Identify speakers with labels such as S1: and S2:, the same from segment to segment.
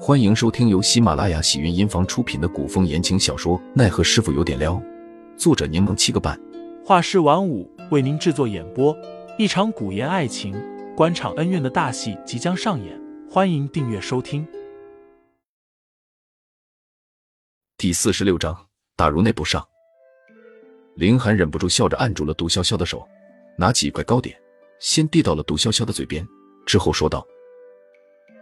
S1: 欢迎收听由喜马拉雅喜云音房出品的古风言情小说《奈何师傅有点撩》，作者柠檬七个半，
S2: 画师晚舞为您制作演播。一场古言爱情、官场恩怨的大戏即将上演，欢迎订阅收听。
S1: 第四十六章，打入内部上。林寒忍不住笑着按住了杜潇潇的手，拿起一块糕点，先递到了杜潇潇的嘴边，之后说道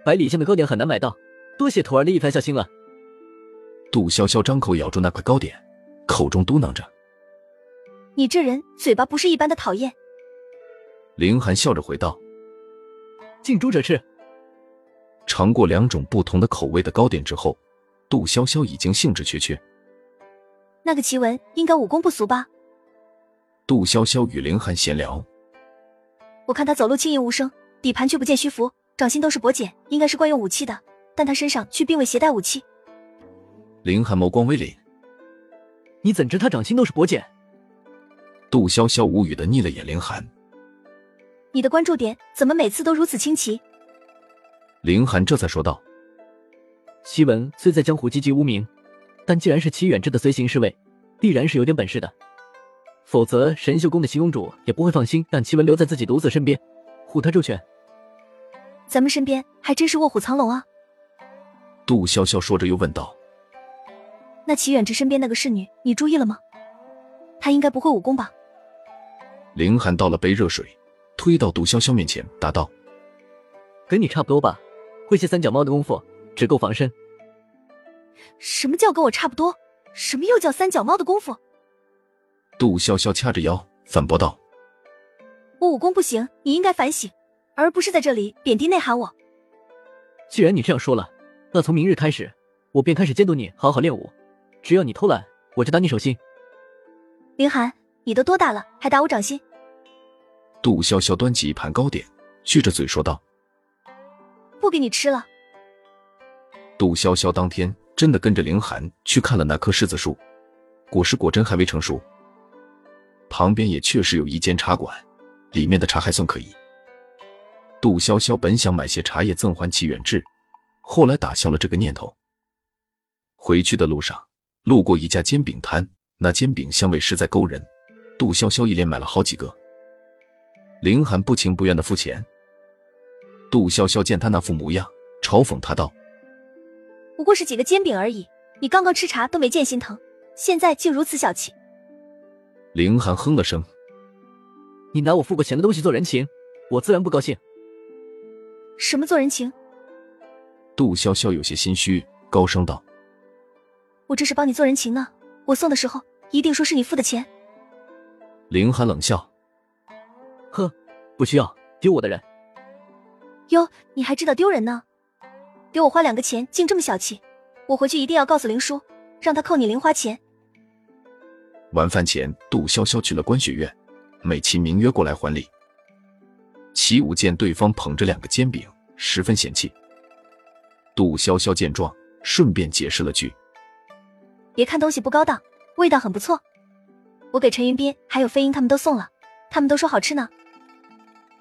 S3: 百里香的糕点很难买到，多谢徒儿的一番孝
S1: 啊
S3: 心了。：“
S1: 杜潇潇张口咬住那块糕点，口中嘟囔着。”
S4: 你这人嘴巴不是一般的讨厌。
S1: 林寒笑着回道
S3: 近朱者赤，：“
S1: 尝过两种不同的口味的糕点之后，杜潇潇已经兴致缺缺。
S4: 那个奇文应该武功不俗吧？
S1: 杜潇潇与林寒闲聊，
S4: 我看他走路轻盈无声，底盘却不见虚浮，掌心都是薄茧，应该是惯用武器的，但他身上却并未携带武器。
S1: 林寒眸光微凛，
S3: 你怎知他掌心都是薄茧？
S1: 杜潇潇无语的睨了眼林寒。
S4: 你的关注点怎么每次都如此清奇？
S1: 林寒这才说道
S3: 西文虽在江湖籍籍无名，但既然是齐远志的随行侍卫，必然是有点本事的。否则，神秀宫的新公主也不会放心让齐文留在自己独子身边，护他周全。
S4: 咱们身边还真是卧虎藏龙啊！：“
S1: 杜潇潇说着又问道。
S4: 那齐远之身边那个侍女，你注意了吗？她应该不会武功吧？”
S1: 林寒倒了杯热水，推到杜潇潇面前，答道
S3: 跟你差不多吧，会些三脚猫的功夫，只够防身。
S4: 什么叫跟我差不多？什么又叫三脚猫的功夫？：“
S1: 杜潇潇掐着腰反驳道。
S4: 我武功不行，你应该反省，而不是在这里贬低内涵我。
S3: 既然你这样说了，那从明日开始，我便开始监督你好好练武。只要你偷懒，我就打你手心。
S4: 林寒，你都多大了，还打我掌心？”
S1: 杜潇潇端起一盘糕点，撅着嘴说道
S4: 不给你吃了。：“
S1: 杜潇潇当天真的跟着凌寒去看了那棵柿子树，果实果真还未成熟。旁边也确实有一间茶馆，里面的茶还算可以。杜潇潇本想买些茶叶赠还齐远志，后来打消了这个念头。回去的路上，路过一家煎饼摊，那煎饼香味实在勾人，杜潇潇一连买了好几个。凌寒不情不愿的付钱。杜潇潇见他那副模样，嘲讽他道：“
S4: 不过是几个煎饼而已，你刚刚吃茶都没见心疼，现在竟如此小气。
S1: 凌寒哼了声，
S3: 你拿我付过钱的东西做人情，我自然不高兴。
S4: 什么做人情？
S1: 杜潇潇有些心虚，高声道
S4: 我这是帮你做人情呢。我送的时候一定说是你付的钱。：“
S1: 凌寒冷笑，
S3: 呵，不需要丢我的人。
S4: 哟，你还知道丢人呢？给我花两个钱，竟这么小气！我回去一定要告诉林叔，让他扣你零花钱。
S1: 晚饭前，杜潇潇去了观雪院，美其名曰过来还礼。齐武见对方捧着两个煎饼，十分嫌弃。杜潇潇见状，顺便解释了句
S4: 别看东西不高档，味道很不错。我给陈云斌还有飞鹰他们都送了，他们都说好吃呢。：“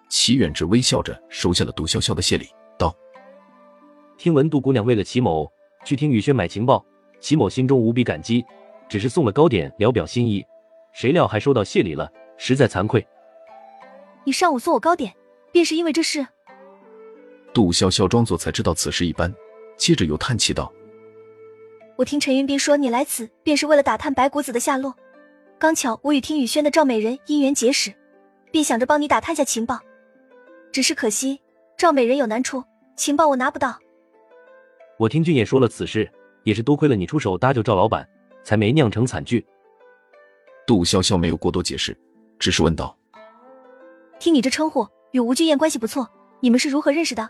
S1: 齐远之微笑着收下了杜潇潇的谢礼，道
S5: 听闻杜姑娘为了齐某去听雨轩买情报，齐某心中无比感激，只是送了糕点聊表心意，谁料还收到谢礼了，实在惭愧。
S4: 你上午送我糕点，便是因为这事。：‘
S1: 杜潇潇装作才知道此事一般，接着又叹气道
S4: 我听陈云斌说，你来此便是为了打探白骨子的下落。刚巧我与听雨轩的赵美人因缘结识，便想着帮你打探下情报。只是可惜赵美人有难处，情报我拿不到。
S5: 我听俊也说了此事，也是多亏了你出手搭救赵老板，才没酿成惨剧。。’
S1: 杜潇潇没有过多解释，只是问道
S4: 听你这称呼，与吴俊彦关系不错，你们是如何认识的？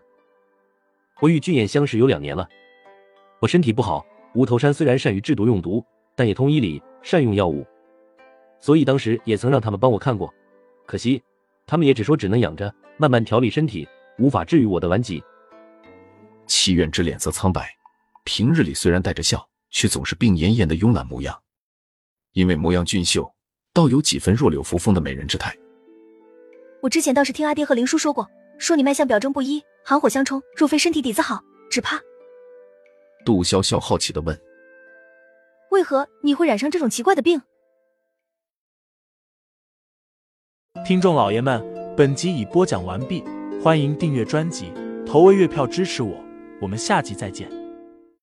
S5: 我与俊彦相识有两年了，我身体不好，无头山虽然善于制毒用毒，但也通医理，善用药物，所以当时也曾让他们帮我看过，可惜他们也只说只能养着，慢慢调理身体，无法治愈我的顽疾。：‘
S1: 齐远之脸色苍白，平日里虽然带着笑，却总是病恹恹的慵懒模样。因为模样俊秀，倒有几分弱柳扶风的美人之态。
S4: 我之前倒是听阿爹和林叔说过，说你脉象表征不一，寒火相冲，若非身体底子好，只怕……
S1: 杜潇潇好奇的问。
S4: 为何你会染上这种奇怪的病？
S2: 听众老爷们，本集已播讲完毕，欢迎订阅专辑，投喂月票支持我，我们下集再见。